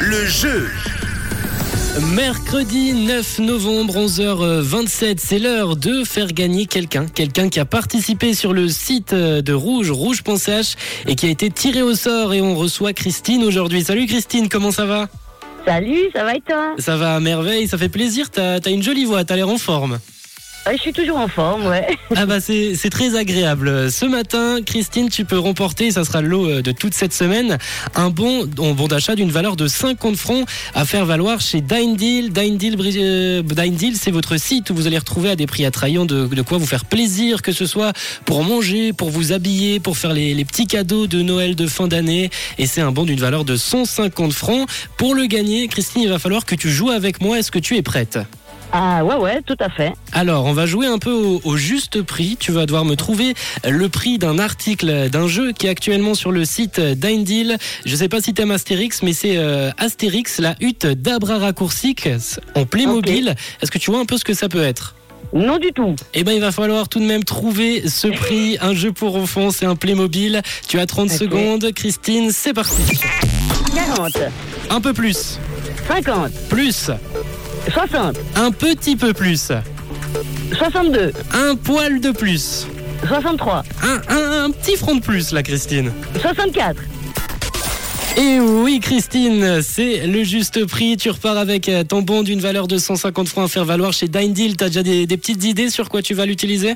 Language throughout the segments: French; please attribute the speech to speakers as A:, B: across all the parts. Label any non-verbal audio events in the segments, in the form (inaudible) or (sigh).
A: le jeu.
B: Mercredi 9 novembre, 11h27, c'est l'heure de faire gagner quelqu'un. Quelqu'un qui a participé sur le site euh, de Rouge, rouge.ch, et qui a été tiré au sort. Et on reçoit Christine aujourd'hui. Salut Christine, comment ça va
C: Salut, ça va et toi
B: Ça va à merveille, ça fait plaisir, t'as as une jolie voix, t'as l'air en forme.
C: Ouais, Euh, Je suis toujours en forme, ouais.
B: Ah bah c'est c'est très agréable. Ce matin, Christine, tu peux remporter, ça sera le lot euh, de toute cette semaine, un bon un bon d'achat d'une valeur de 50 francs à faire valoir chez Dine Deal. Dine Deal, Bri- euh, Dine Deal, c'est votre site où vous allez retrouver à des prix attrayants de, de quoi vous faire plaisir, que ce soit pour manger, pour vous habiller, pour faire les, les petits cadeaux de Noël de fin d'année. Et c'est un bon d'une valeur de 150 francs. Pour le gagner, Christine, il va falloir que tu joues avec moi. Est-ce que tu es prête
C: Ah ouais, ouais, tout à fait.
B: alors, on va jouer un peu au, au juste prix. Tu vas devoir me trouver le prix d'un article d'un jeu qui est actuellement sur le site Dine Deal. Je sais pas si t'aimes Astérix, mais c'est euh, Astérix, la hutte d'Abra Raccourcix en Playmobil. Est-ce que tu vois un peu ce que ça peut être
C: Non du tout.
B: Eh ben, il va falloir tout de même trouver ce prix. Un jeu pour enfants, c'est un Playmobil. Tu as 30
C: Ok.
B: secondes. Christine, c'est parti.
C: 40,
B: Un peu plus.
C: 50,
B: Plus.
C: 60,
B: Un petit peu plus.
C: 62,
B: Un poil de plus.
C: 63,
B: Un, un, un petit front de plus, là, Christine.
C: 64.
B: Et oui, Christine, c'est le juste prix. Tu repars avec euh, ton bon d'une valeur de 150 francs à faire valoir chez Dine Deal. T'as déjà des, des petites idées sur quoi tu vas l'utiliser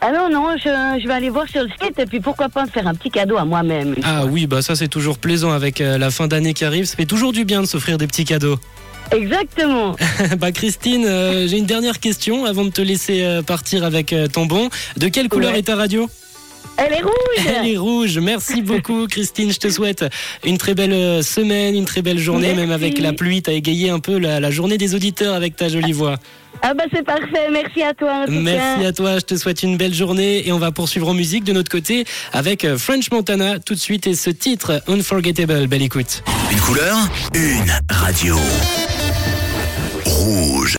C: Ah non, non, je, je vais aller voir sur le site et puis pourquoi pas me faire un petit cadeau à moi-même.
B: Ah oui, bah ça c'est toujours plaisant avec euh, la fin d'année qui arrive. Ça fait toujours du bien de s'offrir des petits cadeaux.
C: Exactement.
B: (laughs) bah Christine, euh, j'ai une dernière question avant de te laisser euh, partir avec euh, ton bon. De quelle couleur
C: Ouais.
B: est ta
C: (laughs)
B: radio
C: Elle est
B: Elle
C: rouge
B: est rouge. Merci beaucoup, Christine. Je te souhaite une très belle euh, semaine, une très belle journée, même
C: Merci.
B: avec la pluie. T'as égayé un peu la, la journée des auditeurs avec ta jolie voix.
C: Ah bah c'est parfait, merci à toi. en tout
B: Merci
C: cas.
B: à toi, je te souhaite une belle journée et on va poursuivre en musique de notre côté avec euh, French Montana tout de suite et ce titre Unforgettable, belle écoute.
A: Une couleur, une radio. Rouge.